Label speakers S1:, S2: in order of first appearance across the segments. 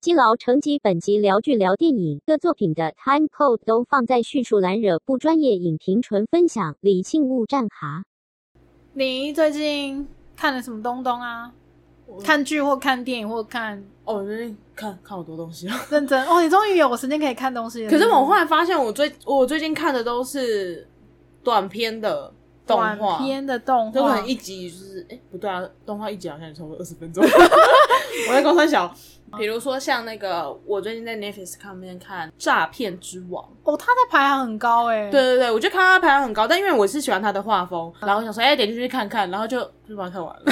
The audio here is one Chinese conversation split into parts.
S1: 基劳承继本集聊剧聊电影各作品的 time code 都放在叙述栏，惹不专业影评纯分享，理性勿站哈。
S2: 你最近看了什么东东啊？
S3: 我
S2: 看剧或看电影或看
S3: 哦，那边看看好多东西啊。
S2: 认真哦，你终于有时间可以看东西了。
S3: 可是我后来发现，我最我最近看的都是短片的动画，
S2: 短片的动
S3: 都可
S2: 画
S3: 能一集就是，哎、不对啊，动画一集好像也超过二十分钟。 我在高三小，
S2: 嗯
S3: 比如说像那个，我最近在 Netflix 上面看《诈骗之王》，
S2: 哦，它在排行很高哎、
S3: 对，对对，我就看他排行很高，但因为我是喜欢他的画风，
S2: 嗯
S3: 然后我想说，哎、点进去看看，然后就就把它看完了。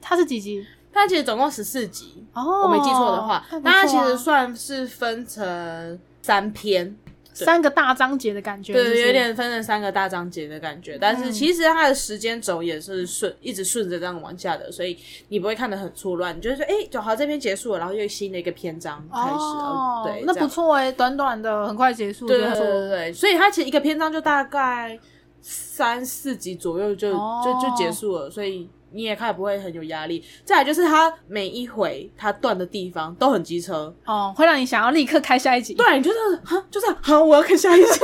S2: 它是几集？
S3: 它其实总共十四集，
S2: 哦，
S3: 我没记错的话，
S2: 那不错啊
S3: 它其实算是分成三篇，
S2: 三个大章节的感觉，是不嗯
S3: 对，
S2: 是
S3: 有点分成三个大章节的感觉。但是其实它的时间轴也是顺，一直顺着这样往下的，所以你不会看得很错乱。你就是说，哎、就好，这篇结束了，然后又新的一个篇章开始
S2: 哦
S3: 了。，对，
S2: 那
S3: 这
S2: 不
S3: 样。
S2: 错哎、短短的，很快结束，
S3: 对
S2: 觉得
S3: 对
S2: 不
S3: 对
S2: 错
S3: 对对，所以它其实一个篇章就大概三四集左右就、
S2: 哦
S3: 就就结束了，所以。你也看不会很有压力。再来就是它每一回它断的地方都很机车，
S2: 哦，会让你想要立刻开下一集。，
S3: 对，你就是哈，就是好，我要看下一 集，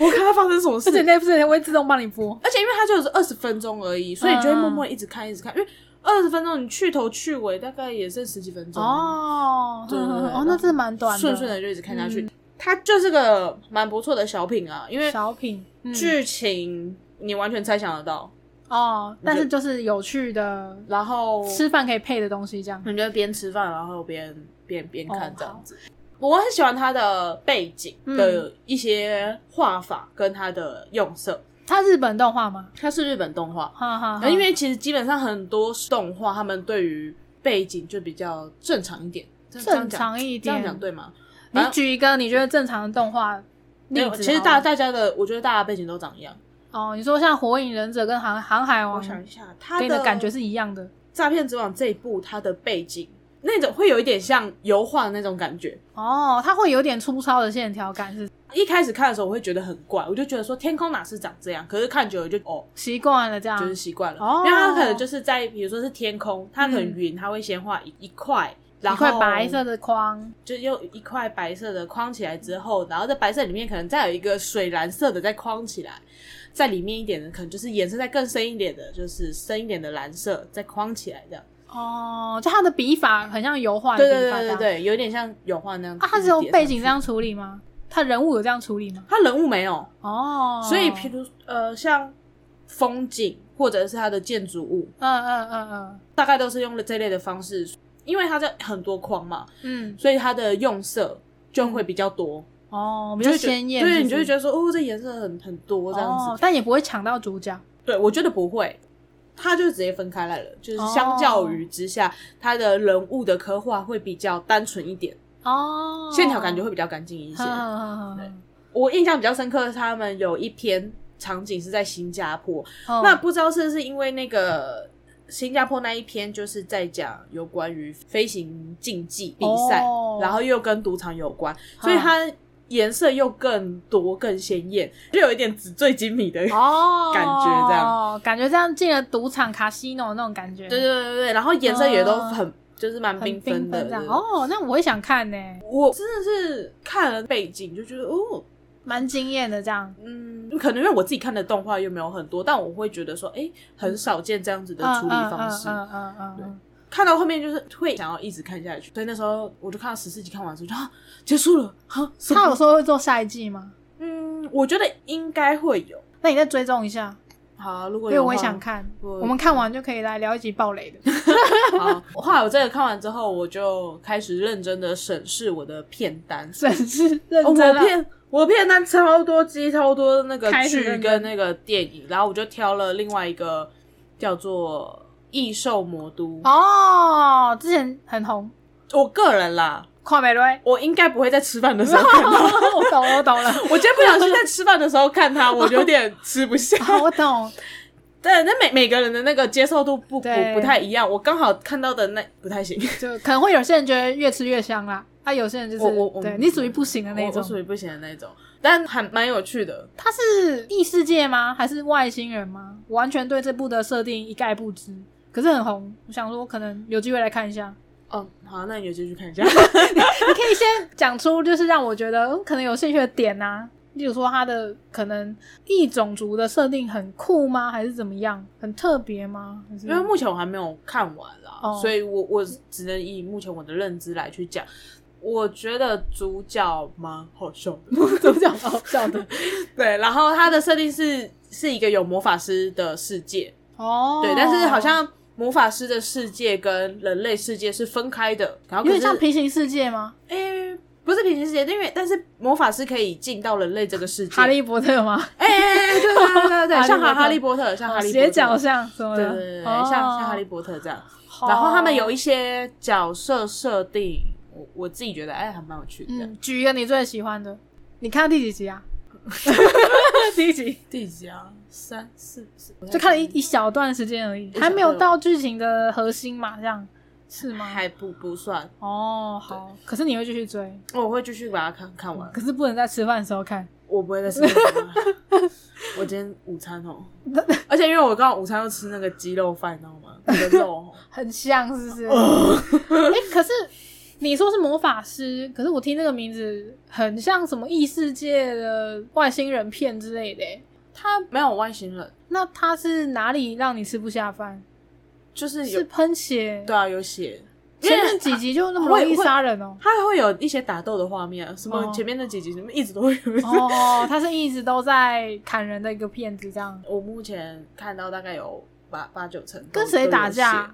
S3: 我看它发生什么事
S2: 而。且 Netflix 会自动帮你播，
S3: 而且因为它就是二十分钟而已，所以你就会默默一直看，一直
S2: 嗯
S3: 看。因为二十分钟你去头去尾，大概也剩十几分钟，
S2: 哦，
S3: 对对对
S2: 哦，那真的蛮短的，嗯
S3: 顺顺的就一直看下去。它就是个蛮不错的小品啊，因为
S2: 小品，嗯
S3: 剧情你完全猜想得到，
S2: 哦，但是就是有趣的，
S3: 然后
S2: 吃饭可以配的东西，这样。
S3: 你就边吃饭然后边边边看
S2: 哦
S3: 这样子。我很喜欢它的背景的
S2: 嗯
S3: 一些画法跟它的用色，
S2: 它日本动画吗？
S3: 它是日本动画，
S2: 哈哈
S3: 呃因为其实基本上很多动画，他们对于背景就比较正常一点，这这样
S2: 正
S3: 讲
S2: 常一
S3: 这
S2: 点。
S3: 样讲对吗？
S2: 你
S3: 反正
S2: 举一个你觉得正常的动画例
S3: 没有
S2: 子好了。
S3: 其实大大家的，我觉得大家背景都长一样。
S2: 哦，你说像《火影忍者》跟航《航海
S3: 我
S2: 王》
S3: 想一下，他
S2: 给你的感觉是一样的
S3: 《诈骗之王》这一部，它的背景那种会有一点像油画的那种感觉。
S2: 哦，它会有点粗糙的线条感，是
S3: 一开始看的时候，我会觉得很怪，我就觉得说天空哪是长这样，可是看久了就哦，
S2: 习惯了这样。
S3: 就是习惯了。
S2: 哦
S3: 因为它可能就是在比如说是天空，它可能
S2: 嗯
S3: 云，它会先画一一块，然
S2: 一
S3: 后
S2: 块白色的框，
S3: 就用一块白色的框起来之后，然后在白色里面可能再有一个水蓝色的再框起来，在里面一点的可能就是颜色再更深一点的，就是深一点的蓝色再框起来这样。
S2: 哦，就它的笔法很像油画的
S3: 对
S2: 笔
S3: 对
S2: 法
S3: 对
S2: 这
S3: 对
S2: 样。
S3: 对，啊有点像油画那样。
S2: 啊，它只有背景这，样处理吗？它人物有这样处理吗？
S3: 它人物没有，
S2: 哦，
S3: 所以譬如呃像风景或者是它的建筑物，
S2: 嗯嗯嗯嗯
S3: 大概都是用了这类的方式，因为它在很多框嘛，
S2: 嗯，
S3: 所以它的用色就会比较多，
S2: 哦，比
S3: 你就
S2: 较
S3: 会觉得
S2: 鲜艳，
S3: 对，你就会觉
S2: 得
S3: 得说哦，这颜色很很多这样子
S2: 哦。，但也不会抢到主角。
S3: 对，我觉得不会，他就直接分开来了。就是
S2: 哦
S3: 相较于之下，他的人物的刻画会比较单纯一点，
S2: 哦，嗯
S3: 线条感觉会比较干净一些。
S2: 哼哼哼哼哼
S3: 我印象比较深刻，的是他们有一篇场景是在新加坡，
S2: 哦
S3: 那不知道是不是因为那个。新加坡那一篇就是在讲有关于飞行竞技比赛
S2: 哦嗯
S3: 然后又跟赌场有关，所以它颜色又更多、更鲜艳，就有一点纸醉金迷的
S2: 哦
S3: 感觉这
S2: 样，感觉这样进了赌场卡西诺那种感觉，
S3: 对对对对，然后颜色也都很、就是蛮
S2: 哦很
S3: 缤
S2: 缤
S3: 纷的
S2: 纷这样。
S3: 对
S2: 哦，那我也想看呢，
S3: 我真的是看了背景就觉得哦，
S2: 蛮惊艳的这样。
S3: 嗯，可能因为我自己看的动画又没有很多，但我会觉得说，哎，很少见这样 子的处理方式。
S2: 嗯嗯嗯嗯
S3: 看到后面就是会想要一直看下去，所以那时候我就看到十四集看完之后就啊，结束了啊，
S2: 嗯。
S3: 什
S2: 他有
S3: 么？
S2: 说会做下一季吗？
S3: 嗯，我觉得应该会有。
S2: 那你再追踪一下，
S3: 好，如
S2: 因
S3: 果有
S2: 为
S3: 的
S2: 我
S3: 话
S2: 也想。看。
S3: 我
S2: 我们看完就可以来聊一集暴雷的。
S3: 好，后来我这个看完之后，我就开始认真的审视我的片单，
S2: 真是认
S3: 哦我
S2: 真了。啊
S3: 片我片单超多集，超多那个
S2: 开始
S3: 剧
S2: 认真
S3: 跟那个电影，然后我就挑了另外一个叫做《异兽魔都》
S2: 哦，之前很红，
S3: 我个人啦，
S2: 跨美瑞。
S3: 我应该不会在吃饭的时 候看它。
S2: 我懂，我懂了，
S3: 我今天不小心在吃饭的时候看它，我有点吃 不下。
S2: 哦我懂。
S3: 对，那每每个人的那个接受度不不
S2: 对
S3: 不太一样。我刚好看到的那不太行，
S2: 就可能会有些人觉得越吃越香啦，啊，有些人就是
S3: 我我我
S2: 对你属于不行的那
S3: 我我
S2: 种。
S3: 属于不行的那种，但还蛮有趣的。
S2: 他是异世界吗？还是外星人吗？我完全对这部的设定一概不知，可是很红，我想说可能有机会来看一下。
S3: 哦，好，那你有机会去看一下。
S2: 你可以先讲出，就是让我觉得、嗯可能有兴趣的点啊，例如说它的可能异种族的设定很酷吗？还是怎么样？很特别吗？还是
S3: 因为目前我还没有看完啦，
S2: 嗯哦
S3: 所以我我只能以目前我的认知来去讲。我觉得主角蛮好笑 的，主角
S2: 好笑的
S3: 对，然后他的设定是是一个有魔法师的世界，
S2: 哦，
S3: 对，但是好像魔法师的世界跟人类世界是分开的，然后
S2: 有
S3: 可
S2: 点
S3: 是
S2: 像平行世界吗？
S3: 诶、不是平行世界，因为但是魔法师可以进到人类这个世界，
S2: 哈利波特吗？
S3: 哎，哎哎对对对对对，像
S2: 哈
S3: 哈哈
S2: 利哦
S3: 利波特，像哈利波特
S2: 斜角像什么
S3: 对
S2: 的，
S3: 对对，对
S2: 哦
S3: 像像哈利波特这样。然后他们有一些角色设定，我我自己觉得哎还蛮有趣的。
S2: 嗯，举一个你最喜欢的，你看到第几集 啊？第一集
S3: 第几啊？三四四，
S2: 就看了一一小段时间而已，还没有到剧情的核心嘛？这样是吗？
S3: 还不不算，
S2: 哦，好，可是你会继续追，
S3: 我会继续把它看看完。
S2: 可是不能在吃饭的时候看。
S3: 我不会再吃那个了。我今天午餐哦，而且因为我刚好午餐又吃那个鸡肉饭，你知道吗？那个肉 哦，
S2: 很像，是 不是？哎、可是你说是魔法师，可是我听这个名字很像什么异世界的外星人片之类的欸。
S3: 它没有外星人，
S2: 那他是哪里让你吃不下饭？
S3: 就是有
S2: 是喷血？
S3: 对啊有血，
S2: 前面几集就那么
S3: 会
S2: 容易
S3: 会
S2: 杀人 哦、
S3: 它会有一些打斗的画面，啊什
S2: 哦
S3: 么前面那几集什么一直都会有。
S2: 哦，他是一直都在砍人的一个骗子，这样
S3: 我目前看到大概有八八九成都
S2: 跟谁打架？？
S3: 都有写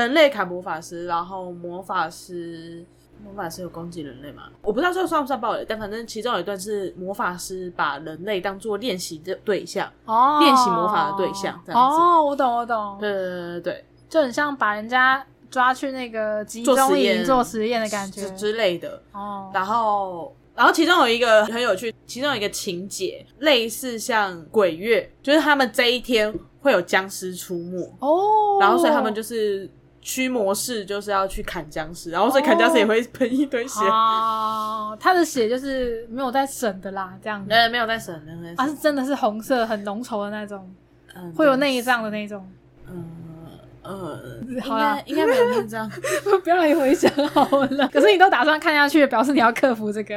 S3: 人类砍魔法师，然后魔法师魔法师有攻击人类吗？我不知道这算不算暴雷，但反正其中有一段是魔法师把人类当做练习的对象。
S2: 哦，
S3: 练习魔法的对象这样子
S2: 哦，我懂，我懂，
S3: 对对对对对，
S2: 就很像把人家抓去那个集
S3: 做
S2: 中
S3: 实
S2: 营
S3: 验
S2: 做实验的感觉
S3: 之。之类的。
S2: 哦，
S3: 然后，然后其中有一个很有趣，其中有一个情节类似像鬼月，就是他们这一天会有僵尸出没，
S2: 哦，
S3: 然后所以他们就是驱魔士，就是要去砍僵尸，然后所以砍僵尸也会喷一堆血。
S2: 哦，他的血就是没有在省的啦，这样子。
S3: 呃，没有在省，没有在
S2: 他
S3: 省，
S2: 是真的是红色很浓稠的那种，
S3: 嗯
S2: 啊会有内脏的那种。
S3: 嗯呃，
S2: 好啊
S3: 应
S2: 啦
S3: 该应该没有 这样。
S2: 不要来回想好了。可是你都打算看下去，表示你要克服这个。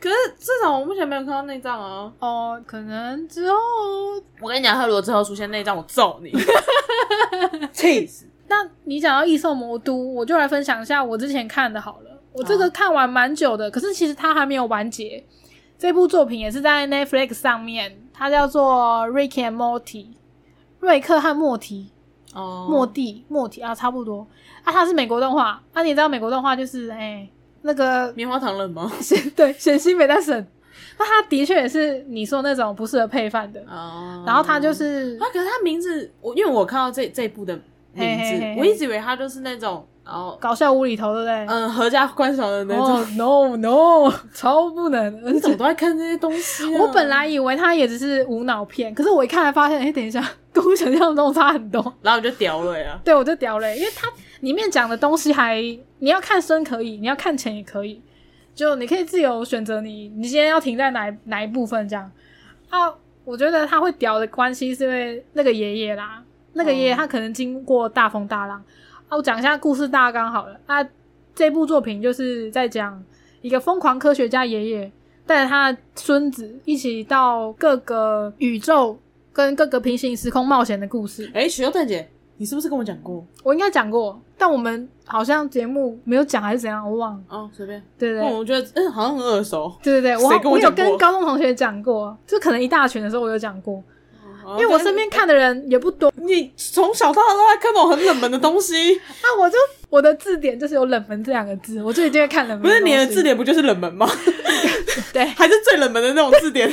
S3: 可是至少我目前没有看到内脏啊！
S2: 哦，可能之后
S3: 我跟你讲，他如果之后出现内脏，我揍 你！气死！
S2: 那你讲到异兽魔都，我就来分享一下我之前看的好了。我这个
S3: 好
S2: 看完蛮久的，可是其实它还没有完结。这部作品也是在 Netflix 上面，它叫做《Rick and Morty》，瑞克和莫提，
S3: 哦，
S2: 莫蒂莫提啊，差不多啊。它是美国动画啊，你知道美国动画就是哎、那个
S3: 棉花糖人吗？
S2: 显 对显西美在省，那它的确也是你说那种不适合配饭的。
S3: 哦，
S2: 然后它就是
S3: 啊，可是他名字，我因为我看到这这一部的名字，
S2: 嘿嘿嘿
S3: 我一直以为他就是那种，然后
S2: 搞笑无厘头，对不对？
S3: 嗯，合家观赏的那种。
S2: 哦、no no，超 不能！而
S3: 你怎
S2: 且
S3: 么都在看这啊些东西、啊？
S2: 我本来以为他也只是无脑片，可是我一看才发现，哎、等一下，跟我想象中差很多。
S3: 然后我就屌了呀。
S2: 对，我就屌嘞，因为它里面讲的东西还，你要看深可以，你要看浅也可以，就你可以自由选择你你今天要停在哪一哪一部分这样。啊，我觉得他会屌的关系是因为那个爷爷啦，那个爷爷
S3: 哦
S2: 他可能经过大风大浪。啊，我讲一下故事大纲好了。啊，这部作品就是在讲一个疯狂科学家爷爷带着他的孙子一起到各个宇宙跟各个平行时空冒险的故事。
S3: 哎，许优蛋姐，你是不是跟我讲过？
S2: 我应该讲过，但我们好像节目没有讲还是怎样，我忘了。
S3: 哦，随便。
S2: 对对
S3: 那
S2: 对
S3: 我觉得，嗯，好像很耳熟。
S2: 对对，我
S3: 谁跟
S2: 我
S3: 我
S2: 有
S3: 讲过
S2: 跟高中同学讲过，就可能一大群的时候我有讲过，因
S3: 因
S2: 为我身边看的人也不多，
S3: 你从小到大都在看那种很冷门的东 西，
S2: 那我就我的字典就是有冷门这两个字，我就一定会看冷门。
S3: 不是你的字，典不就是冷门吗？
S2: 对，
S3: 还是最冷门的那种字典，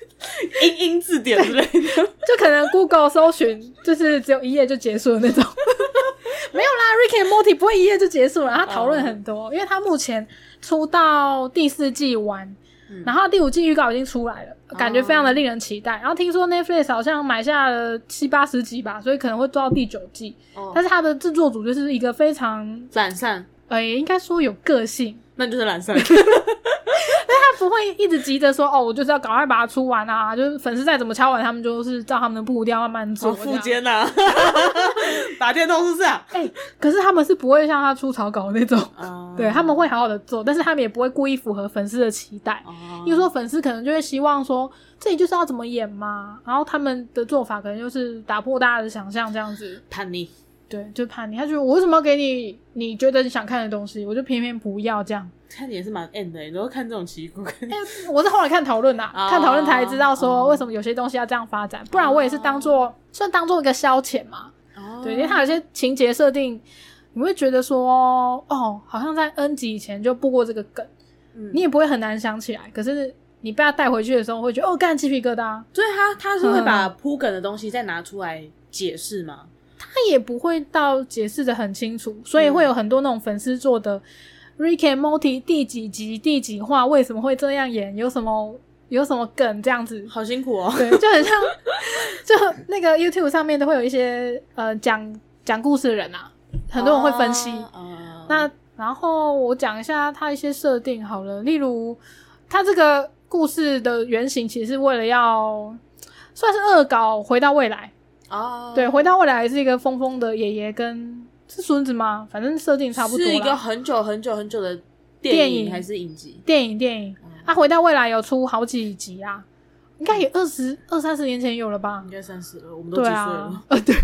S3: 英英字典之类的。
S2: 就可能 Google 搜寻就是只有一页就结束的那种。 没有啦，Rick and Morty 不会一页就结束了，他讨论很
S3: 哦
S2: 多，因为他目前出到第四季完，
S3: 嗯
S2: 然后第五季预告已经出来了，感觉
S3: 哦
S2: 非常的令人期待。然后听说 Netflix 好像买下了七八十集吧，所以可能会做到第九季。但
S3: 哦，
S2: 是它的制作组就是一个非常，
S3: 懒散，
S2: 呃、应该说有个性，
S3: 那就是懒散。
S2: 它不会一直急着说哦，我就是要赶快把它出完啊！就是粉丝再怎么敲完，他们就是照他们的步调慢慢做
S3: 从
S2: 这样。
S3: 附件 呐，啊打电动是不是啊？
S2: 哎、可是他们是不会像他出草稿那种，
S3: 哦
S2: 对他们会好好的做，但是他们也不会故意符合粉丝的期待。
S3: 哦，
S2: 比如说粉丝可能就会希望说，这里就是要怎么演嘛，然后他们的做法可能就是打破大家的想象这样子，
S3: 叛逆，
S2: 对，就怕你，他觉得我为什么要给你你觉得你想看的东西，我就偏偏不要这样。
S3: 看你也是蛮 end 的，你都看这种奇怪。
S2: 哎、我是后来看讨论啦，
S3: 嗯哦
S2: 看讨论才知道
S3: 哦
S2: 说为什么有些东西要这样发展，不然我也是当做算当做一个消遣嘛，
S3: 哦
S2: 对，因为它有些情节设定，你会觉得说，哦，好像在 N 集以前就布过这个梗，
S3: 嗯
S2: 你也不会很难想起来，可是你被他带回去的时候，会觉得哦，干鸡皮疙瘩。
S3: 所以他他是会把
S2: 嗯
S3: 铺梗的东西再拿出来解释吗？
S2: 他也不会到解释的很清楚，所以会有很多那种粉丝做的、Rick and Morty 第几集第几话为什么会这样演，有什么有什么梗这样子，
S3: 好辛苦哦。
S2: 对，就很像就那个 YouTube 上面都会有一些呃讲讲故事的人啊，很多人会分析。
S3: 哦
S2: 那然后我讲一下它一些设定好了，例如它这个故事的原型其实是为了要算是恶搞回到未来。
S3: 哦，
S2: 对，，回到未来是一个疯疯的爷爷跟是孙子吗？反正设定差不多啦
S3: 是一个很久很久很久的电
S2: 电
S3: 影
S2: 影
S3: 还是影集？
S2: 电影电影
S3: 嗯
S2: 啊，回到未来有出好几集啊，应该也二十二三十年前有了吧
S3: 应？该三十了，我们都几
S2: 对
S3: 岁
S2: 啊
S3: 了？，
S2: 呃 对，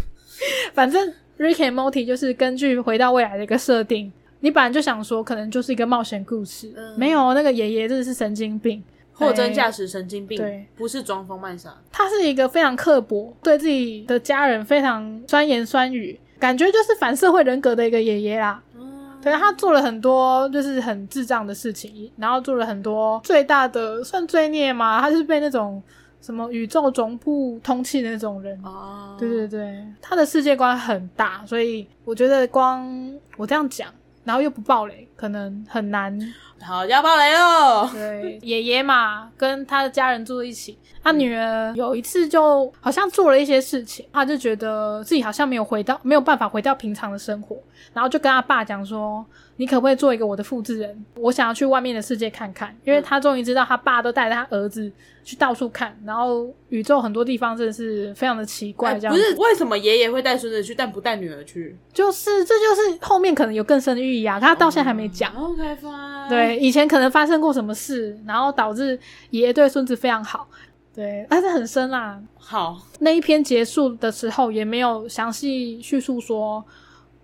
S2: 反正 Rick and Morty 就是根据回到未来的一个设定，你本来就想说可能就是一个冒险故事，
S3: 嗯
S2: 没有那个爷爷真的是神经病，
S3: 货真
S2: 哎
S3: 价实，神经病，
S2: 对，
S3: 不是装疯卖傻。
S2: 他是一个非常刻薄，对自己的家人非常酸言酸语，感觉就是反社会人格的一个爷爷啦。
S3: 嗯
S2: 对，啊他做了很多就是很智障的事情，然后做了很多最大的算罪孽嘛，他是被那种什么宇宙总部通气的那种人。
S3: 哦，
S2: 对对对，他的世界观很大，所以我觉得光我这样讲，然后又不爆雷，可能很难。
S3: 好，要爆雷哦喽！
S2: 对，爷爷嘛，跟他的家人住一起，他女儿有一次就好像做了一些事情，他就觉得自己好像没有回到，没有办法回到平常的生活，然后就跟他爸讲说：“你可不可以做一个我的复制人？我想要去外面的世界看看。”因为他终于知道他爸都带着他儿子去到处看，然后宇宙很多地方真的是非常的奇怪，
S3: 哎
S2: 这样
S3: 不
S2: 子、
S3: 是为什么爷爷会带孙子去，但不带女儿去？
S2: 就是这就是后面可能有更深的寓意啊，可他到现在还没讲。
S3: OK fine。
S2: 对，，以前可能发生过什么事，然后导致爷爷对孙子非常好，对，但是很深啦。
S3: 好，
S2: 那一篇结束的时候也没有详细叙述说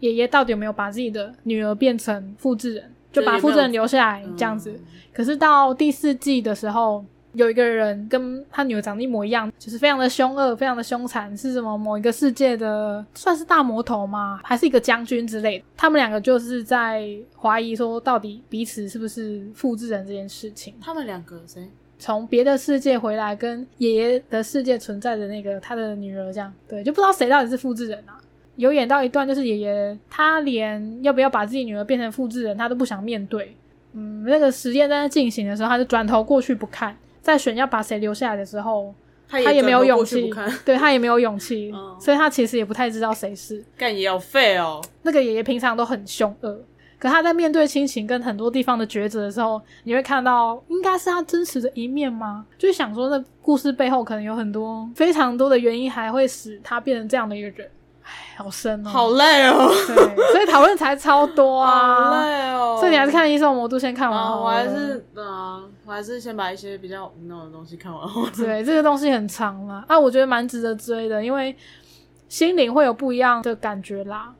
S2: 爷爷到底有没有把自己的女儿变成复制人，就
S3: 对
S2: 把
S3: 有
S2: 复
S3: 没
S2: 制
S3: 有嗯
S2: 人留下来这样子。可是到第四季的时候，有一个人跟他女儿长得一模一样，就是非常的凶恶，非常的凶残，是什么某一个世界的算是大魔头吗？还是一个将军之类的？他们两个就是在怀疑说，到底彼此是不是复制人这件事情。
S3: 他们两个谁？
S2: 从别的世界回来，跟爷爷的世界存在的那个他的女儿，这样对，就不知道谁到底是复制人啊。有演到一段，就是爷爷他连要不要把自己女儿变成复制人，他都不想面对。嗯，那个实验在进行的时候，他就转头过去不看，在选要把谁留下来的时候，
S3: 他
S2: 他也没有
S3: 转头
S2: 勇
S3: 过去
S2: 气
S3: 不看，
S2: 对他也没有勇 气
S3: 嗯，
S2: 所以他其实也不太知道谁是。
S3: 干也有废哦。
S2: 那个爷爷平常都很凶恶，可他在面对亲情跟很多地方的抉择的时候，你会看到应该是他真实的一面吗？就是想说，那故事背后可能有很多非常多的原因，还会使他变成这样的一个人。唉，好深哦，
S3: 好累哦，
S2: 对，所以讨论才超多
S3: 好
S2: 啊。
S3: 累哦。
S2: 所以你还是看《异兽魔都》先看完
S3: 啊，
S2: 好了、
S3: 我还是啊，我还是先把一些比较无脑的东西看完。
S2: 对，这个东西很长啦，啊，我觉得蛮值得追的，因为心灵会有不一样的感觉啦，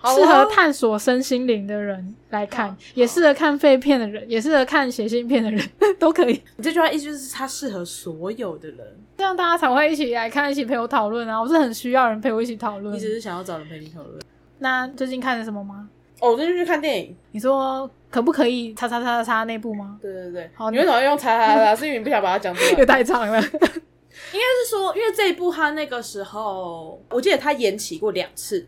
S3: 好啊
S2: 适合探索身心灵的人来看
S3: 好，
S2: 也适合看废片的人，也适合看血腥片的人 都可以，
S3: 你这句话意思就是它适合所有的人，
S2: 这样大家才会一起来看，一起陪我讨论啊，我是很需要人陪我一起讨论
S3: 你。只是想要找人陪你讨论。
S2: 那最近看了什么吗？
S3: 哦，我最近去看电影，
S2: 你说可不可以叉叉叉叉叉那部吗？
S3: 对对对，
S2: 好
S3: 你为什么要用查查查？是因为你不想把它讲出来。
S2: 也太长了，
S3: 应该是说，因为这一部它那个时候，我记得它延期过两次，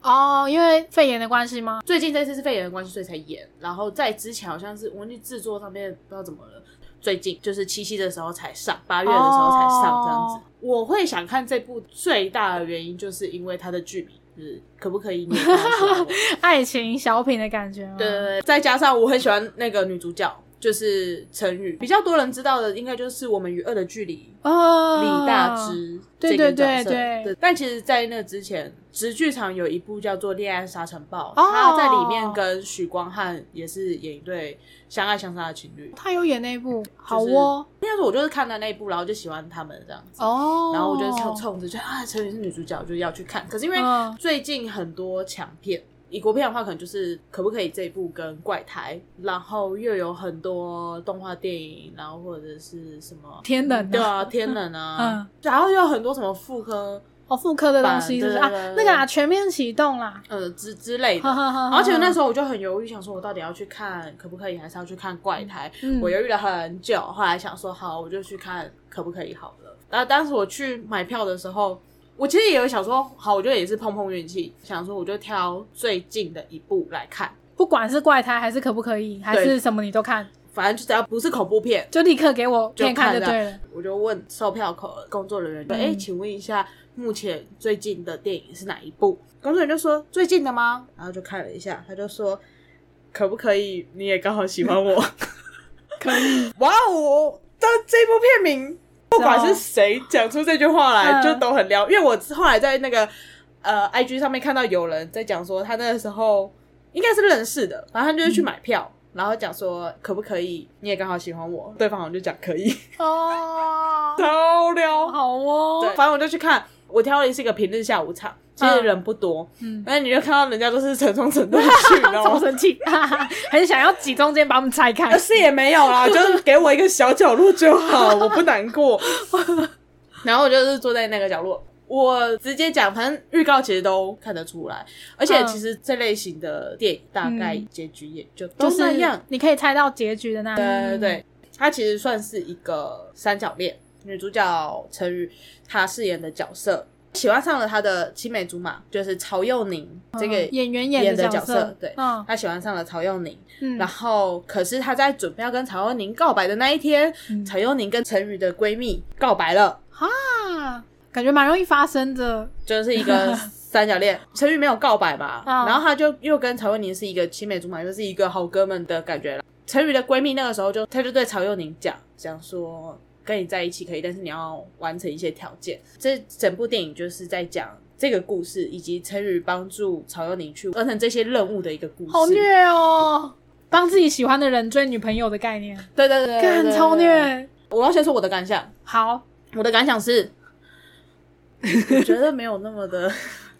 S2: 哦，因为肺炎的关系吗？
S3: 最近这次是肺炎的关系，所以才延。然后在之前好像是我忘记制作上面不知道怎么了，最近就是七夕的时候才上，八月的时候才上这样子。
S2: 哦
S3: 我会想看这部最大的原因，就是因为它的剧名就是可不可以你也看得出来我
S2: 爱情小品的感觉吗？
S3: 对对对，再加上我很喜欢那个女主角，就是成语比较多人知道的，应该就是《我们与恶的距离》
S2: 哦，
S3: 李大，芝
S2: 对
S3: 这个角
S2: 对对
S3: 色
S2: 对
S3: 但其实，在那之前，直剧场有一部叫做《恋爱沙尘暴》
S2: 哦
S3: 他在里面跟许光汉也是演一对相爱相杀的情侣。
S2: 他有演那一部，好
S3: 就是
S2: 哦，
S3: 应该是我就是看了那一部，然后就喜欢他们这样子。
S2: 哦，
S3: 然后我就冲冲着就啊，陈宇是女主角，就要去看。可是因为
S2: 嗯
S3: 最近很多抢片，以国片的话，可能就是可不可以这一部跟怪胎，然后又有很多动画电影，然后或者是什么
S2: 天冷啊
S3: 对啊，天冷啊
S2: 嗯，
S3: 然后又有很多什么妇科
S2: 哦妇科的东西
S3: 版
S2: 是不是
S3: 对
S2: 啊
S3: 对对？对
S2: 那个啊，全面启动啦，
S3: 呃之 之类的。而
S2: 而
S3: 且那时
S2: 候
S3: 候我就很犹豫，想说我到底要去看可不可以，还是要去看怪胎？
S2: 嗯
S3: 我犹豫了很久，后来想说好，我就去看可不可以好了。然后当时我去买票的时候，我其实也有想说，好，我就也是碰碰运气，想说我就挑最近的一部来看，
S2: 不管是怪胎还是可不可以，还是什么你都看，
S3: 反正就只要不是恐怖片，
S2: 就立刻给我
S3: 就
S2: 片看就
S3: 了
S2: 对了。
S3: 我就问售票口的工作人员，哎、
S2: 嗯
S3: 请问一下，目前最近的电影是哪一部？工作人员就说最近的吗？然后就看了一下，他就说可不可以？你也刚好喜欢我，
S2: 可以，
S3: 哇哦！但这部片名，不管是谁讲出这句话来，
S2: 哦嗯
S3: 就都很撩。因为我后来在那个呃 IG 上面看到有人在讲说，他那个时候应该是认识的，反正他就是
S2: 嗯
S3: 去买票，然后讲说可不可以，你也刚好喜欢我，对方好像就讲可以，
S2: 哦，
S3: 超撩。
S2: 好哦，
S3: 对，反正我就去看，我挑的是一个平日下午场，其实
S2: 嗯
S3: 人不多，
S2: 嗯，
S3: 但你就看到人家都是成双成对的去，你 知道
S2: 超
S3: 吗？
S2: 生气， 很想要挤中间把我们拆开
S3: 呃，。是也没有啦，就是给我一个小角落就好，我不难过。 然后我就是坐在那个角落，我直接讲，反正预告其实都看得出来，而且
S2: 嗯
S3: 其实这类型的电影大概
S2: 嗯
S3: 结局也就
S2: 就
S3: 都那
S2: 是
S3: 样。
S2: 你可以猜到结局的那，嗯
S3: 对对对，它其实算是一个三角恋。女主角陈宇她饰演的角色，喜欢上了她的青梅竹马，就是曹佑宁
S2: 嗯
S3: 这个
S2: 演员
S3: 演
S2: 的
S3: 的角
S2: 色，
S3: 对
S2: 嗯
S3: 她喜欢上了曹佑宁。
S2: 嗯，
S3: 然后，可是她在准备要跟曹佑宁告白的那一天，
S2: 嗯
S3: 曹佑宁跟陈宇的闺蜜告白了，
S2: 啊，感觉蛮容易发生的，
S3: 就是 一个三角恋。陈宇没有告白嘛，
S2: 嗯
S3: 然后她就又跟曹佑宁是一个青梅竹马，就是一个好哥们的感觉了。陈宇的闺蜜那个时候就，她就对曹佑宁讲，讲说跟你在一起可以，但是你要完成一些条件。这整部电影就是在讲。这个故事以及陈宇帮助曹佑宁去完成这些任务的一个故事，
S2: 好虐哦。帮自己喜欢的人追女朋友的概念，
S3: 对！对对对对
S2: 干
S3: 对，
S2: 超！虐。
S3: 我要先说我的感想，
S2: 好，
S3: 我的感想是，我觉得没有那么的。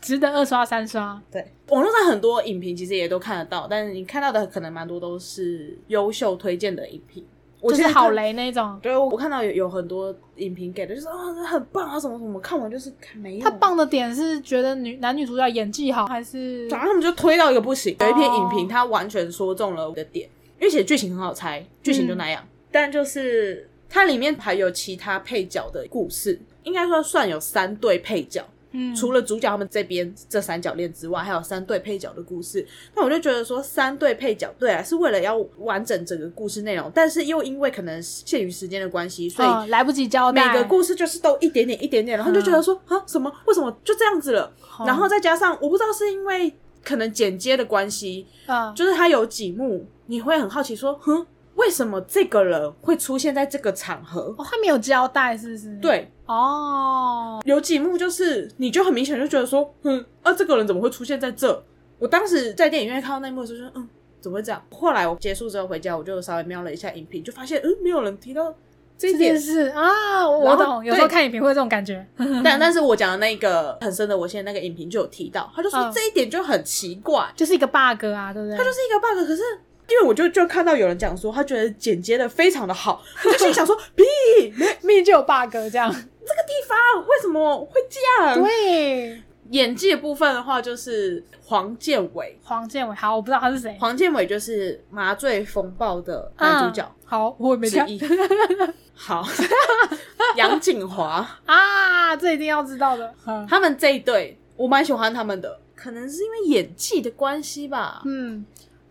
S2: 值得二刷三刷。
S3: 对，网络上很多影评其实也都看得到，但是你看到的可能蛮多都是优秀推荐的影评。我
S2: 就是
S3: 其实
S2: 好
S3: 看。
S2: 雷那种。
S3: 对，我看到有有很多影评给的，就是啊、这很棒啊，什么什么，看完就是看没有。
S2: 他，棒的点是觉得女男女主角演技好，还是
S3: 然后他们就推到一个不行。有一篇
S2: 哦
S3: 影评，它完全说中了我的点，因为其实剧情很好猜，剧情就那样。但就是它里面还有其他配角的故事，应该说算有三对配角。
S2: 嗯
S3: 除了主角他们这边这三角恋之外，还有三对配角的故事。那我就觉得说，三对配角对啊，是为了要完整整个故事内容，但是又因为可能限于时间的关系，所以
S2: 嗯来不及交
S3: 每
S2: 代
S3: 个故事就是都一点点一点
S2: 嗯
S3: 点，然后就觉得说啊，什么为什么就这样子了？
S2: 哦
S3: 然后再加上我不知道是因为可能剪接的关系，
S2: 嗯
S3: 就是它有几幕你会很好奇说，哼，为什么这个人会出现在这个场合？
S2: 哦，他没有交代是不是？
S3: 对，
S2: 哦，
S3: 有几幕就是你就很明显就觉得说，嗯，啊，这个人怎么会出现在这？我当时在电影院看到那一幕的时候，就说，嗯，怎么会这样？后来我结束之后回家，我就稍微瞄了一下影评，就发现，嗯，没有人提到这
S2: 这
S3: 一点
S2: 件。事 啊，我
S3: 然后
S2: 懂，有时候
S3: 对
S2: 看影评会有这种感觉。
S3: 但但是我讲的那个很深的，我现在那个影评就有提到，他就说
S2: 嗯
S3: 这一点就很奇怪，
S2: 就是一个 bug 啊，对不对？他
S3: 它就是一个 bug。可是因为我就就看到有人讲说，他觉得剪接的非常的好，我就心里想说， 屁，没
S2: 命就有 bug 这样。
S3: 地方为什么会这样？
S2: 对，
S3: 演技的部分的话，就是黄建伟。
S2: 黄建伟，好，我不知道他是谁，
S3: 黄建伟就是《麻醉风暴》的男主角
S2: 嗯好，我也没
S3: 之
S2: 看
S3: 一。好，杨景华
S2: 啊，这一定要知道的。嗯
S3: 他们这一对，我蛮喜欢他们的，可能是因为演技的关系吧。
S2: 嗯，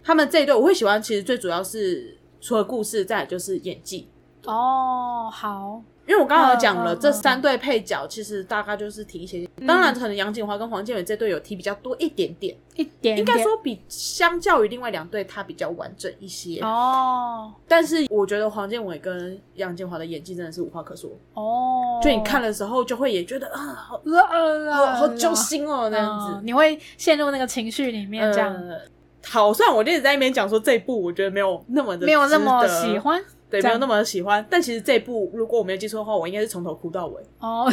S3: 他们这一对我会喜欢，其实最主要是除了故事，再来就是演技。
S2: 哦，好，
S3: 因为我刚刚有讲
S2: 嗯嗯
S3: 了，
S2: 嗯嗯
S3: 这三对配角其实大概就是提一些，当然可能杨景华跟黄建伟这对有提比较多一点点，
S2: 一点点
S3: 应该说比相较于另外两对他比较完整一些。
S2: 哦
S3: 但是我觉得黄建伟跟杨建华的演技真的是无话可说，
S2: 哦，
S3: 就你看的时候就会也觉得啊，好
S2: 呃呃
S3: 哦好
S2: 呃
S3: 好揪心哦那样子
S2: 嗯。你会陷入那个情绪里面，这样、
S3: 呃好，虽然我一直在那边讲说这一部我觉得没有那么的
S2: 没有那么
S3: 值得
S2: 喜，欢
S3: 对，
S2: 这
S3: 没
S2: 样
S3: 有那么喜欢。但其实这一部如果我没有记错的话，我应该是从头哭到 尾。
S2: 哦，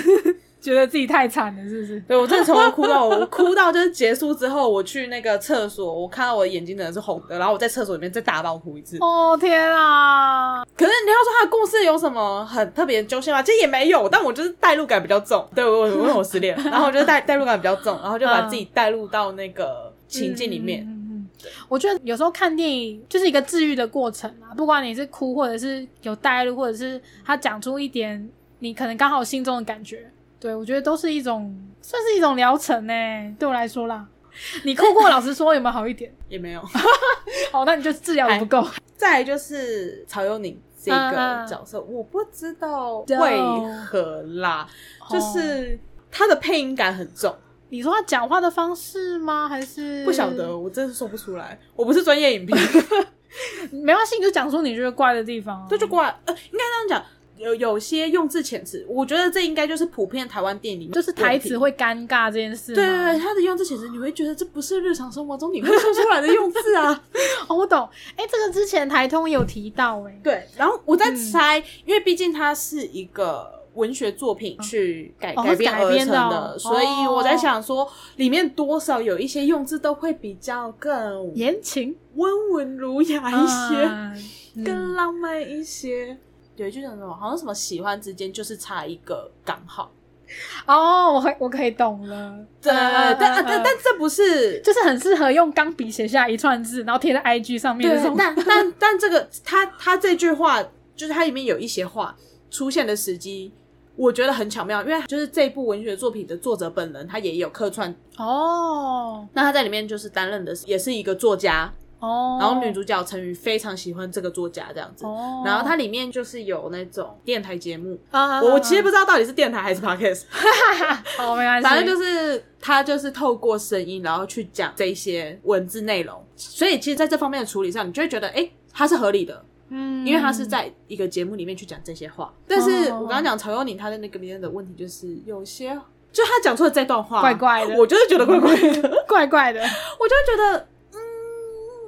S2: 觉得自己太惨了，是不是？
S3: 对我真的从头哭到尾，我哭到就是结束之后，我去那个厕所，我看到我的眼睛真的是红的，然后我在厕所里面再大爆哭一次。
S2: 哦天啊，
S3: 可是你要说他的故事有什么很特别的纠结吗？其实哎也没有，但我就是代入感比较重。对我，我因为我失恋了，然后我就代代入感比较重，然后就把自己代入到那个情境里面。
S2: 嗯嗯嗯嗯我觉得有时候看电影就是一个治愈的过程啊，不管你是哭，或者是有带入，或者是他讲出一点你可能刚好心中的感觉，对我觉得都是一种算是一种疗程呢、对我来说啦。你哭过，老实说有没有好一点？
S3: 也没有。
S2: 哦，那你就治疗得不够。
S3: 再来就是曹佑宁这
S2: 嗯
S3: 个
S2: 嗯
S3: 角色，我不知道为何啦，
S2: 哦啊
S3: 就是他的配音感很重，
S2: 你说他讲话的方式吗？还是
S3: 不晓得，我真是说不出来，我不是专业 影评，
S2: 没关系，你就讲出你觉得怪的地方、啊。
S3: 这就怪呃，应该这样讲。有有些用字遣词，我觉得这应该就是普遍台湾电影里面
S2: 就是台词
S3: 问题
S2: 会尴尬这件事。
S3: 对对对，，他的用字遣词，你会觉得这不是日常生活中你会说出来的用 字啊。
S2: 哦，我懂。哎、这个之前台通有提到、哎，
S3: 对，然后我在猜，
S2: 嗯
S3: 因为毕竟它是一个文学作品去改、
S2: 哦
S3: 改编而
S2: 它是改编
S3: 成
S2: 的
S3: 的，
S2: 哦
S3: 所以我在想说，里面多少有一些用字都会比较更
S2: 言情
S3: 温文儒雅一些，
S2: 嗯
S3: 更浪漫一些。有一句讲什么，好像什么喜欢之间就是差一个刚好。
S2: 哦，我可以我可以懂了。
S3: 对，但但
S2: 嗯
S3: 但
S2: 嗯
S3: 但这不是
S2: 就是很适合用钢笔写下一串字，然后贴在 IG 上面
S3: 对
S2: 这，种。
S3: 但但但这个他他这句话就是它里面有一些话出现的时机，我觉得很巧妙，因为就是这部文学作品的作者本人他也有客串，
S2: 哦
S3: 那他在里面就是担任的是也是一个作家，
S2: 哦，
S3: 然后女主角陈宇非常喜欢这个作家这样子。
S2: 哦，
S3: 然后它里面就是有那种电台节目，
S2: 啊，
S3: 我我其实不
S2: 是，
S3: 知道到底是电台还是 podcast，
S2: 哦，没关系，
S3: 反正就是他就是透过声音，然后去讲这些文字内容，所以其实在这方面的处理上，你就会觉得，哎，它是合理的，
S2: 嗯，哦
S3: 因为他是在一个节目里面去讲这些话。但是我刚刚讲曹佑宁他的那个里面的问题，就是有些就他讲出的这段话
S2: 怪怪的
S3: 我就是觉得怪怪的，
S2: 怪怪的。
S3: 我就觉得嗯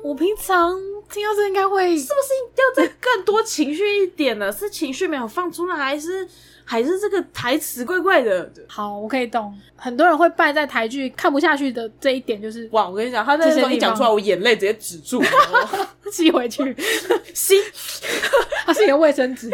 S2: 我平常听到这应该会
S3: 是不是要再更多情绪一点呢？是情绪没有放出来，还是还是这个台词怪怪的？
S2: 好，我可以懂。很多人会败在台剧看不下去的这一点，就是
S3: 哇，我跟你讲，他那时
S2: 这些地
S3: 候
S2: 方
S3: 一讲出来，我眼泪直接止住， 哦
S2: 吸回去，
S3: 心。
S2: 它是一个卫生纸。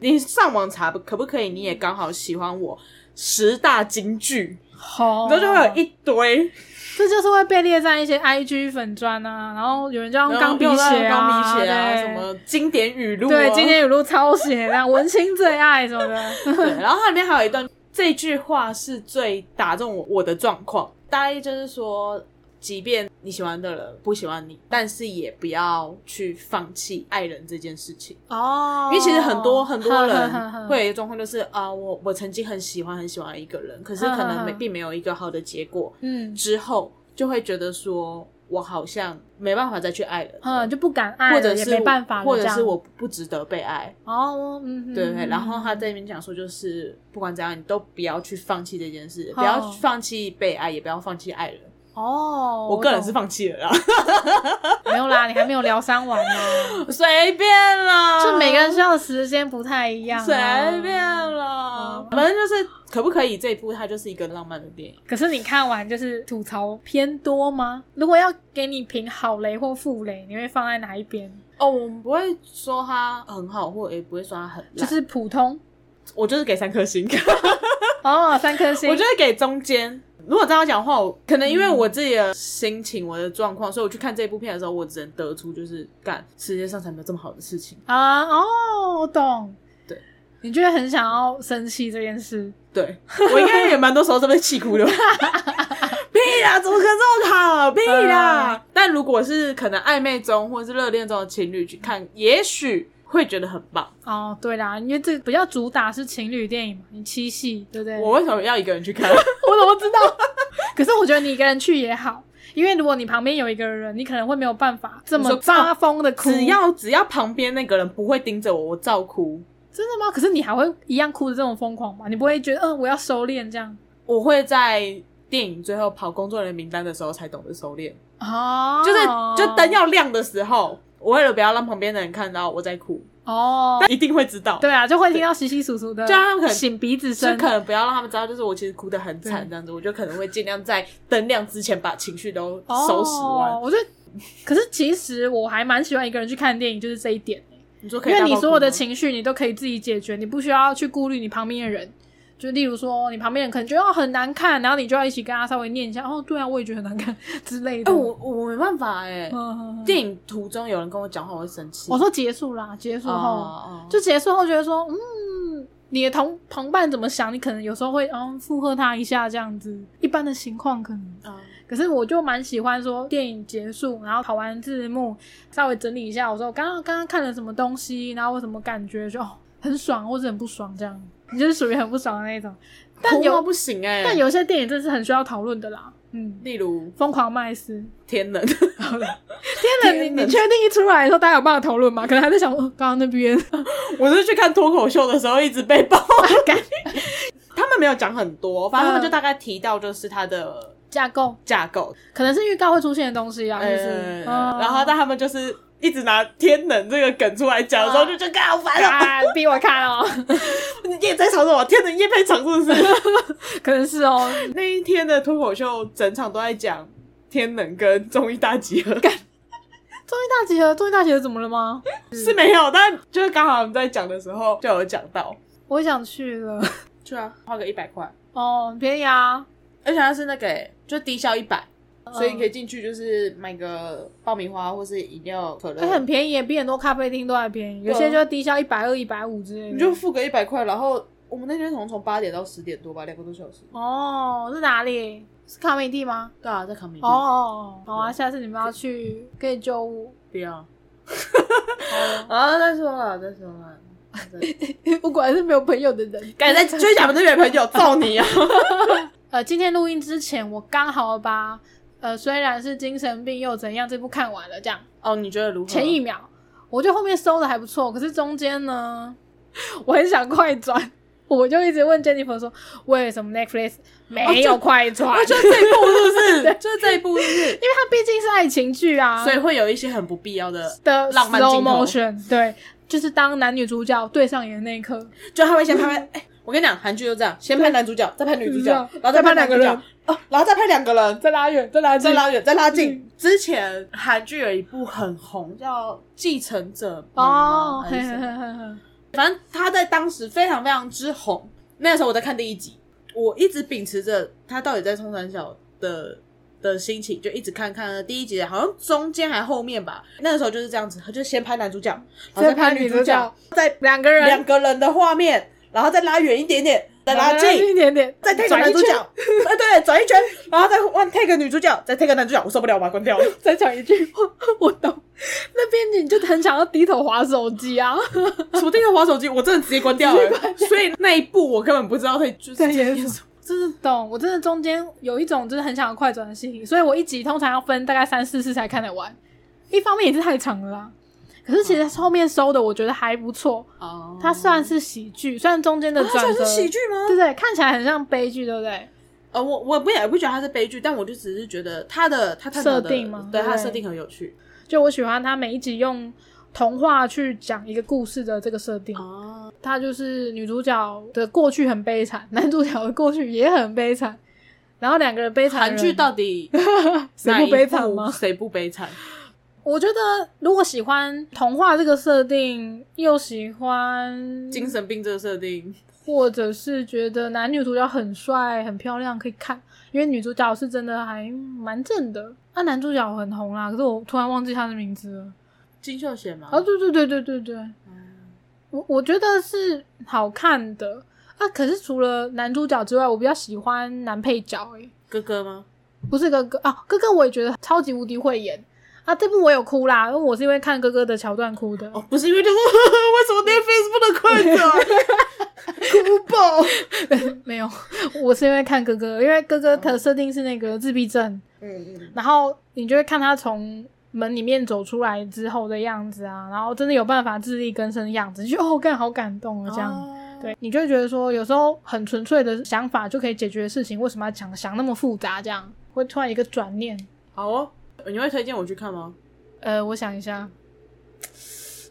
S3: 你上网查可不可以？你也刚好喜欢我十大金句，
S2: 好，啊
S3: 你知道就会有一堆。
S2: 这就是会被列在一些 IG 粉砖啊，然后有人就用钢笔写啊，
S3: 钢笔写啊，
S2: 对
S3: 什么经典语录、啊，
S2: 对，今天语录抄写啊，文青最爱什么 的。
S3: 对。然后它里面还有一段，这句话是最打中我我的状况，大意就是说，即便你喜欢的人不喜欢你，但是也不要去放弃爱人这件事情。
S2: 哦
S3: 因为其实很多很多
S2: 哼
S3: 人
S2: 哼
S3: 会有一个状况，就是啊，我我曾经很喜欢很喜欢一个人，可是可
S2: 哼哼
S3: 能没
S2: 哼
S3: 并没有一个好的结果，
S2: 嗯
S3: 之后就会觉得说我好像没办法再去爱人了，
S2: 嗯就不敢爱了，
S3: 或者是
S2: 也没办法了，
S3: 或者
S2: 这
S3: 是
S2: 样
S3: 我不值得被爱，
S2: 哦，嗯，嗯
S3: 对不对？
S2: 嗯
S3: 然后他
S2: 嗯
S3: 在那边讲说，就是不管怎样，你都不要去放弃这件事，
S2: 哦
S3: 不要放弃被爱，也不要放弃爱人。
S2: 哦，
S3: 我个人
S2: 懂
S3: 是放弃了啦，
S2: 没有啦，你还没有疗伤完啊呢。
S3: 随便啦，
S2: 就每个人需要的时间不太一样、啊，
S3: 啊随便。啦
S2: 嗯，
S3: 反正就是可不可以这一部，它就是一个浪漫的电影。
S2: 可是你看完就是吐槽偏多吗？如果要给你评好雷或负雷，你会放在哪一边？
S3: 哦，我们不会说它很好，或也不会说它很烂，
S2: 就是普通
S3: 我就是给三颗星。
S2: 哦，三颗星。
S3: 我觉得给中间。如果这样讲话，我可能因为我自己的心情、我的状况，所以我去看这部片的时候，我只能得出就是，干世界上才没有这么好的事情。
S2: 啊，哦，我懂。
S3: 对，
S2: 你就会很想要生气这件事。
S3: 对我应该也蛮多时候都被气 哭的吧。屁啦，怎么可能这么好？屁
S2: 嗯
S3: 啦！但如果是可能暧昧中或是热恋中的情侣去看，也许会觉得很棒。
S2: 哦，对啦，因为这比较主打是情侣电影嘛，你七夕对不对？
S3: 我为什么要一个人去看？
S2: 我怎么知道？ 可是我觉得你一个人去也好，因为如果你旁边有一个人，你可能会没有办法这
S3: 你
S2: 么
S3: 说啊
S2: 发疯的 哭。
S3: 只要只要旁边那个人不会盯着我，我照哭。
S2: 真的吗？可是你还会一样哭的这种疯狂吗？你不会觉得嗯，我要收敛这样
S3: 我会在电影最后跑工作人员名单的时候才懂得收敛，
S2: 哦
S3: 就是就灯要亮的时候，我为了不要让旁边的人看到我在哭，
S2: 哦，
S3: 但一定会知道。
S2: 对啊，就会听到稀稀疏疏的，
S3: 就他们可能
S2: 擤鼻 子
S3: 就
S2: 声，
S3: 可能不要让他们知道，就是我其实哭得很惨
S2: 对
S3: 这样子，我就可能会尽量在灯亮之前把情绪都收拾完。
S2: 哦，我觉得，可是其实我还蛮喜欢一个人去看电影，就是这一点、
S3: 你说可
S2: 因
S3: 以，
S2: 为你所有的，情绪你都可以自己解决，你不需要去顾虑你旁边的人。就例如说，你旁边人可能觉得哦很难看，然后你就要一起跟他稍微念一下，哦，对啊，我也觉得很难看之类
S3: 哎、
S2: 的。
S3: 我我没办法哎、
S2: 嗯嗯，嗯
S3: 电影途中有人跟我讲话，我会生气。
S2: 我说结束啦，结束
S3: 哦
S2: 后、
S3: 哦，
S2: 就结束后觉得说，嗯，你的同同伴怎么想，你可能有时候会嗯附和他一下这样子，一般的情况可能。
S3: 哦
S2: 可是我就蛮喜欢说电影结束，然后跑完字幕，稍微整理一下，我说我刚刚刚刚看了什么东西，然后我什么感觉，就、哦、很爽或者很不爽这样。你就是属于很不爽的那一种，但
S3: 哭到
S2: 有
S3: 不行哎、
S2: 但有些电影真的是很需要讨论的啦。嗯，
S3: 例如
S2: 疯狂麦斯，
S3: 天冷，
S2: 天哪，你
S3: 天
S2: 你
S3: 哪
S2: 确定一出来的时候大家有办法讨论吗？可能还在想，哦刚刚那边
S3: 我是去看脱口秀的时候一直被爆，
S2: 干
S3: 他们没有讲很多，反正他们就
S2: 嗯
S3: 大概提到就是它的
S2: 架构，
S3: 架构，
S2: 可能是预告会出现的东西啊，就是，
S3: 呃，
S2: 嗯
S3: 然后但他们就是一直拿天冷这个梗出来讲的时候，
S2: 嗯
S3: 就觉得干好烦啊！
S2: 啊，逼我看哦，
S3: 你也在吵什么？天冷夜配场是不是？
S2: 可能是哦，
S3: 那一天的脱口秀整场都在讲天冷跟综艺大集合，
S2: 综艺大集合，综艺大集合怎么了吗？
S3: 是没有，但就是刚好我们在讲的时候就有讲到，
S2: 我想去了，
S3: 对啊，花个一百块，
S2: 哦，很便宜啊，嗯
S3: 而且它是那个、欸、就低消一百。所以你可
S2: 以，
S3: 以进去，就是买个爆米花或是饮料、可乐，
S2: 而且很便宜耶，比很多咖啡厅都还便宜，有些就低消一百二、一百五之类的。
S3: 啊你就付个一百块，然后我们那天从从八点到十点多吧，两个多小时。
S2: 哦，是哪里？是咖啡地吗？
S3: 对啊，在扛米
S2: 哦哦，哦好啊，下次你们要去可以揪 我。
S3: 不要。 啊，再说了，再说了。
S2: 我果然是没有朋友的人。
S3: 改在追讲我们这边的朋友揍你啊！
S2: 呃，今天录音之前，我刚好把呃虽然是精神病又怎样这部看完了，这样
S3: 哦，你觉得如何？
S2: 前一秒，我就后面搜的还不错，可是中间呢， 我很想快转，我就一直问 Jennifer 说，为什么 Netflix 没有快转？
S3: 啊，就
S2: 因
S3: 这一部是不是？ 就是这一部是不是？
S2: 为它毕竟是爱情剧啊，
S3: 所以会有一些很不必要的，
S2: 的
S3: 浪漫
S2: slow
S3: 镜头
S2: motion 对，就是当男女主角对上眼那一刻，
S3: 就他会先拍拍。哎，我跟你讲，韩剧就这样，先拍男主角，再拍女主角
S2: 是啊，
S3: 然后再
S2: 再拍
S3: 拍
S2: 两
S3: 两
S2: 个
S3: 个
S2: 人
S3: 人，哦，然后再拍两个人，
S2: 再拉远，再拉近
S3: 再，拉远，再拉近
S2: 嗯。
S3: 之前韩剧有一部很红，叫《继承者们》吗
S2: 哦，
S3: 还
S2: 嘿
S3: 是什
S2: 嘿
S3: 么
S2: 嘿嘿嘿
S3: 反正他在当时非常非常之红。那时候我在看第一集，我一直秉持着他到底在冲三小的的心情，就一直看看第一集，好像中间还后面吧。那个时候就是这样子，他就先拍男主角，然后
S2: 再
S3: 哦拍
S2: 拍女主
S3: 主
S2: 角
S3: 角，，再
S2: 两个人
S3: 两个人的画面，然后再拉远一点点，再拉
S2: 一
S3: 近。
S2: 点点，
S3: 再 take
S2: 转一
S3: 男主
S2: 圈
S3: 角，， 哎对，转一圈，然后再换 take 女主角，再 take 男主角，我受不了，我把它关 掉了。
S2: 再讲一句话，我懂。那边你就很想要低头划手机 啊，
S3: 什么电脑滑手机，我真的直接关掉了。所以那一步我根本不知道他就是
S2: 在演
S3: 演
S2: 什么
S3: 什么。
S2: 真的懂，我真的中间有一种就是很想要快转的心情，所以我一集通常要分大概三四次才看得完。一方面也是太长了啦，可是其实后面收的我觉得还不错，
S3: 哦
S2: 它算是喜剧，虽然中间的
S3: 啊
S2: 转
S3: 它
S2: 折，
S3: 算是喜剧吗
S2: 对不对？看起来很像悲剧，对不对？
S3: 呃，我我不也不觉得它是悲剧，但我就只是觉得它的它探讨的
S2: 设定吗
S3: 对，它的
S2: 对
S3: 设定很有趣。
S2: 就我喜欢它每一集用童话去讲一个故事的这个设定。
S3: 哦，
S2: 他就是女主角的过去很悲惨， 男主角的过去也很悲惨，然后两个人悲惨的
S3: 韩
S2: 人。
S3: 剧到 底
S2: 谁不
S3: 哪一
S2: 悲惨
S3: 部
S2: 吗
S3: 谁不悲惨？
S2: 我觉得如果喜欢童话这个设定，又喜欢
S3: 精，神病这个设定，
S2: 或者是觉得男女主角很帅、很漂亮，可以看，因为女主角是真的还蛮正的。那、男主角很红啦，可是我突然忘记他的名字了。
S3: 金秀贤吗？
S2: 啊，对对对对对对，
S3: 嗯
S2: 我我觉得是好看的。啊，可是除了男主角之外，我比较喜欢男配角、欸，
S3: 哥哥吗？
S2: 哦不是哥哥啊，哥哥我也觉得超级无敌会演。啊，这部我有哭啦，因为我是因为看哥哥的桥段哭的。
S3: 哦，不是因为就是 为什么 Netflix 不能快 转，哭爆。
S2: 没有，我是因为看哥哥，因为哥哥的设定是那个自闭症，
S3: 嗯嗯，
S2: 然后你就会看他从门里面走出来之后的样子啊，然后真的有办法自力更生的样子，就哦，干好感动哦，这样。
S3: 哦，
S2: 对，你就会觉得说，有时候很纯粹的想法就可以解决的事情，为什么要想想那么复杂？这样会突然一个转念。
S3: 好哦，你会推荐我去看吗？
S2: 呃，我想一下，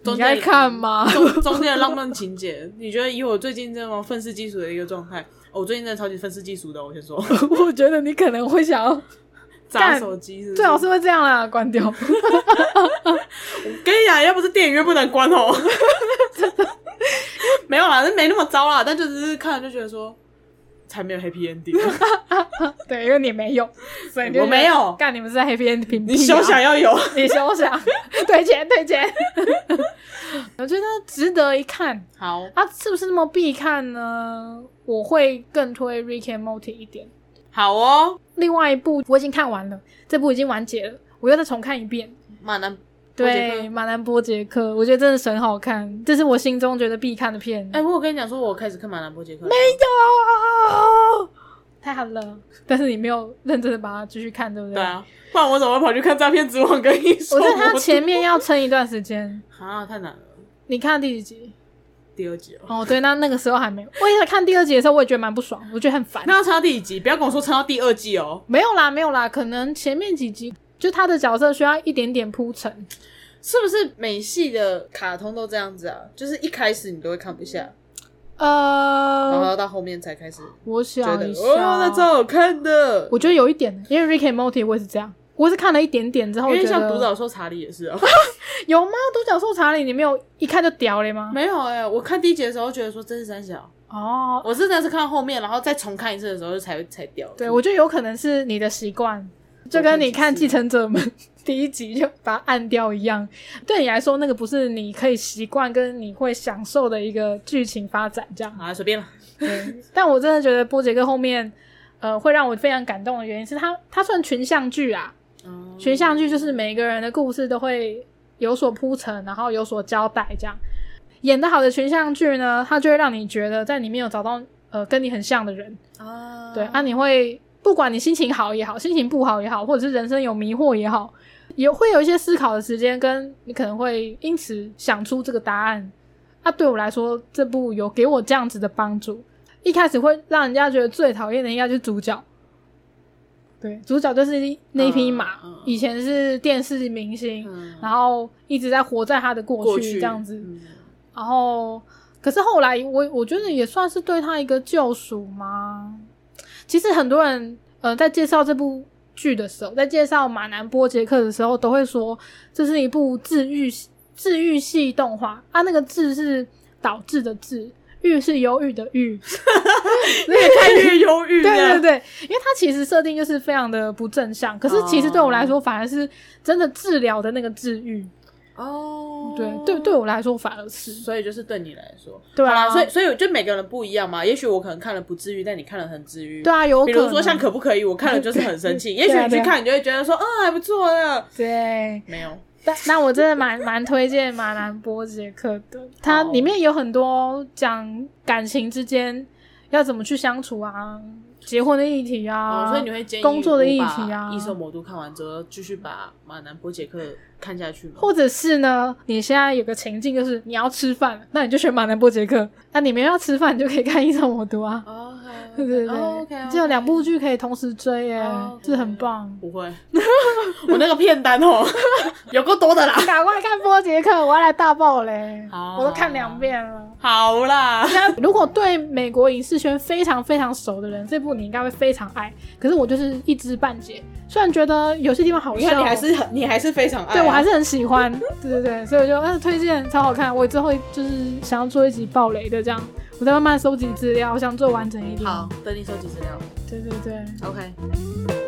S3: 中
S2: 你
S3: 间
S2: 该看吗？
S3: 中中间的浪漫情节，你觉得以我最近这种愤世嫉俗的一个状态，哦我最近真的超级愤世嫉俗的，我先说，
S2: 我觉得你可能会想要，
S3: 砸手机是 不
S2: 最好是会这样啦，关掉。
S3: 跟你讲，要不是电影院不能关哦， 没有啦，那没那么糟啦，但就只是看了就觉得说，才没有 happy ending，
S2: 对，因为你没有，所以你就
S3: 我没有
S2: 觉得干你们是在黑边屏 啊
S3: 你啊休想，要有。
S2: 你休想， 退钱退钱。 我觉得值得一看
S3: 好，
S2: 啊，是不是那么必看呢？我会更推《Rick and Morty》一点。
S3: 好哦，
S2: 另外一部我已经看完了，这部已经完结了，我又再重看一遍。
S3: 马南，
S2: 对，
S3: 哎
S2: 《马南波杰克》，我觉得真的神好看，这是我心中觉得必看的片。
S3: 哎、我有跟你讲说，我开始看马南波杰克，没
S2: 有， 太狠了！但是你没有认真的把它继续看，对不对？
S3: 对啊，不然我怎么会跑去看诈骗之王跟你说？
S2: 我觉得它前面要撑一段时间。
S3: 啊，太难了，
S2: 你看第几集？
S3: 第二集哦。
S2: 哦，对，那那个时候还没有。我一开始看第二集的时候，我也觉得蛮不爽，我觉得很烦。
S3: 那要撑到第几集？不要跟我说撑到第二季哦。
S2: 没有啦，没有啦，可能前面几集就他的角色需要一点点铺陈。
S3: 是不是美系的卡通都这样子啊？就是一开始你都会看不下，然后
S2: 呃，
S3: 要到后面才开始
S2: 我
S3: 啊觉
S2: 想
S3: 得
S2: 一下，
S3: 哦，那超好看的。
S2: 我觉得有一点，因为 Rick and Morty 我也是这样，我也是看了一点点之后，
S3: 因为像
S2: 我觉得
S3: 独角兽查理也是 啊，
S2: 有吗？独角兽查理你没有一看就屌了吗？
S3: 没有哎、我看第一集的时候觉得说真是三小，
S2: 哦，
S3: 我是真的是看到后面，然后再重看一次的时候就才才掉。
S2: 对，我觉得有可能是你的习惯，就跟你看《继承者们》 第一集就把它按掉一样。对你来说，那个不是你可以习惯跟你会享受的一个剧情发展这样。
S3: 啊随便了，
S2: 对，但我真的觉得波杰哥后面，呃，会让我非常感动的原因是他，他算群像剧啊，
S3: 哦
S2: 群像剧就是每个人的故事都会有所铺陈，然后有所交代，这样演得好的群像剧呢，它就会让你觉得在里面有找到呃跟你很像的人，
S3: 啊
S2: 对啊，你会不管你心情好也好，心情不好也好，或者是人生有迷惑也好，也会有一些思考的时间，跟你可能会因此想出这个答案。那、对我来说，这部有给我这样子的帮助。一开始会让人家觉得最讨厌的应该就是主角，对，主角就是那匹马，
S3: 嗯嗯
S2: 以前是电视明星，
S3: 嗯
S2: 然后一直在活在他的过
S3: 过
S2: 去
S3: 去
S2: 这样子。
S3: 嗯
S2: 然后，可是后来我我觉得也算是对他一个救赎吗？其实很多人呃在介绍这部剧的时候，在介绍马南波杰克的时候，都会说这是一部治愈治愈系动画啊，那个治是导致的治，愈是忧郁的郁，
S3: 啊越看越忧郁。
S2: 对对，对，因为它其实设定就是非常的不正向，可是其实对我来说反而是真的治疗的那个治愈，
S3: 哦，
S2: 对对对我来说反而是
S3: 所以就是对你来说，
S2: 对啊
S3: 好啦所以所以就每个人不一样嘛。也许我可能看了不治愈，但你看了很治愈。
S2: 对啊，有
S3: 比
S2: 可
S3: 如
S2: 能啊
S3: 说像可不可以，我看了就是很 生气。也许你去看，你就会觉得说，嗯，还不错的。
S2: 对。
S3: 没有，
S2: 但那我真的蛮蛮推荐马南波杰克的，它
S3: 好
S2: 里面有很多讲感情之间要怎么去相处啊，结婚的议题啊，
S3: 哦，所以你会建议
S2: 工作的议
S3: 我把
S2: 题啊，
S3: 异兽魔都看完之后，继续把马南波杰克看下去吗？
S2: 或者是呢，你现在有个情境就是你要吃饭，那你就选马南波杰克；那你们要吃饭，你就可以看《一种我读》啊。
S3: 哦
S2: 对对对
S3: ，OK，
S2: 只有两部剧可以同时追耶，
S3: 哦
S2: 这很棒。
S3: 不会， 我那个片单哦， 有够多的啦。
S2: 赶快看波杰克，我要来大爆嘞！
S3: 好
S2: 我都看两遍了。
S3: 好啦，
S2: 那如果对美国影视圈非常非常熟的人，这部你应该会非常爱。可是我就是一知半解，虽然觉得有些地方好
S3: 你
S2: 笑，
S3: 看你还是很你还是非常爱啊，
S2: 对我还是很喜欢。 对对对，所以我就嗯、推荐超好看。我之后就是想要做一集爆雷的这样，我再慢慢收集资料，我想做完整一点。
S3: 好，等你收集资料。
S2: 对对对。
S3: OK。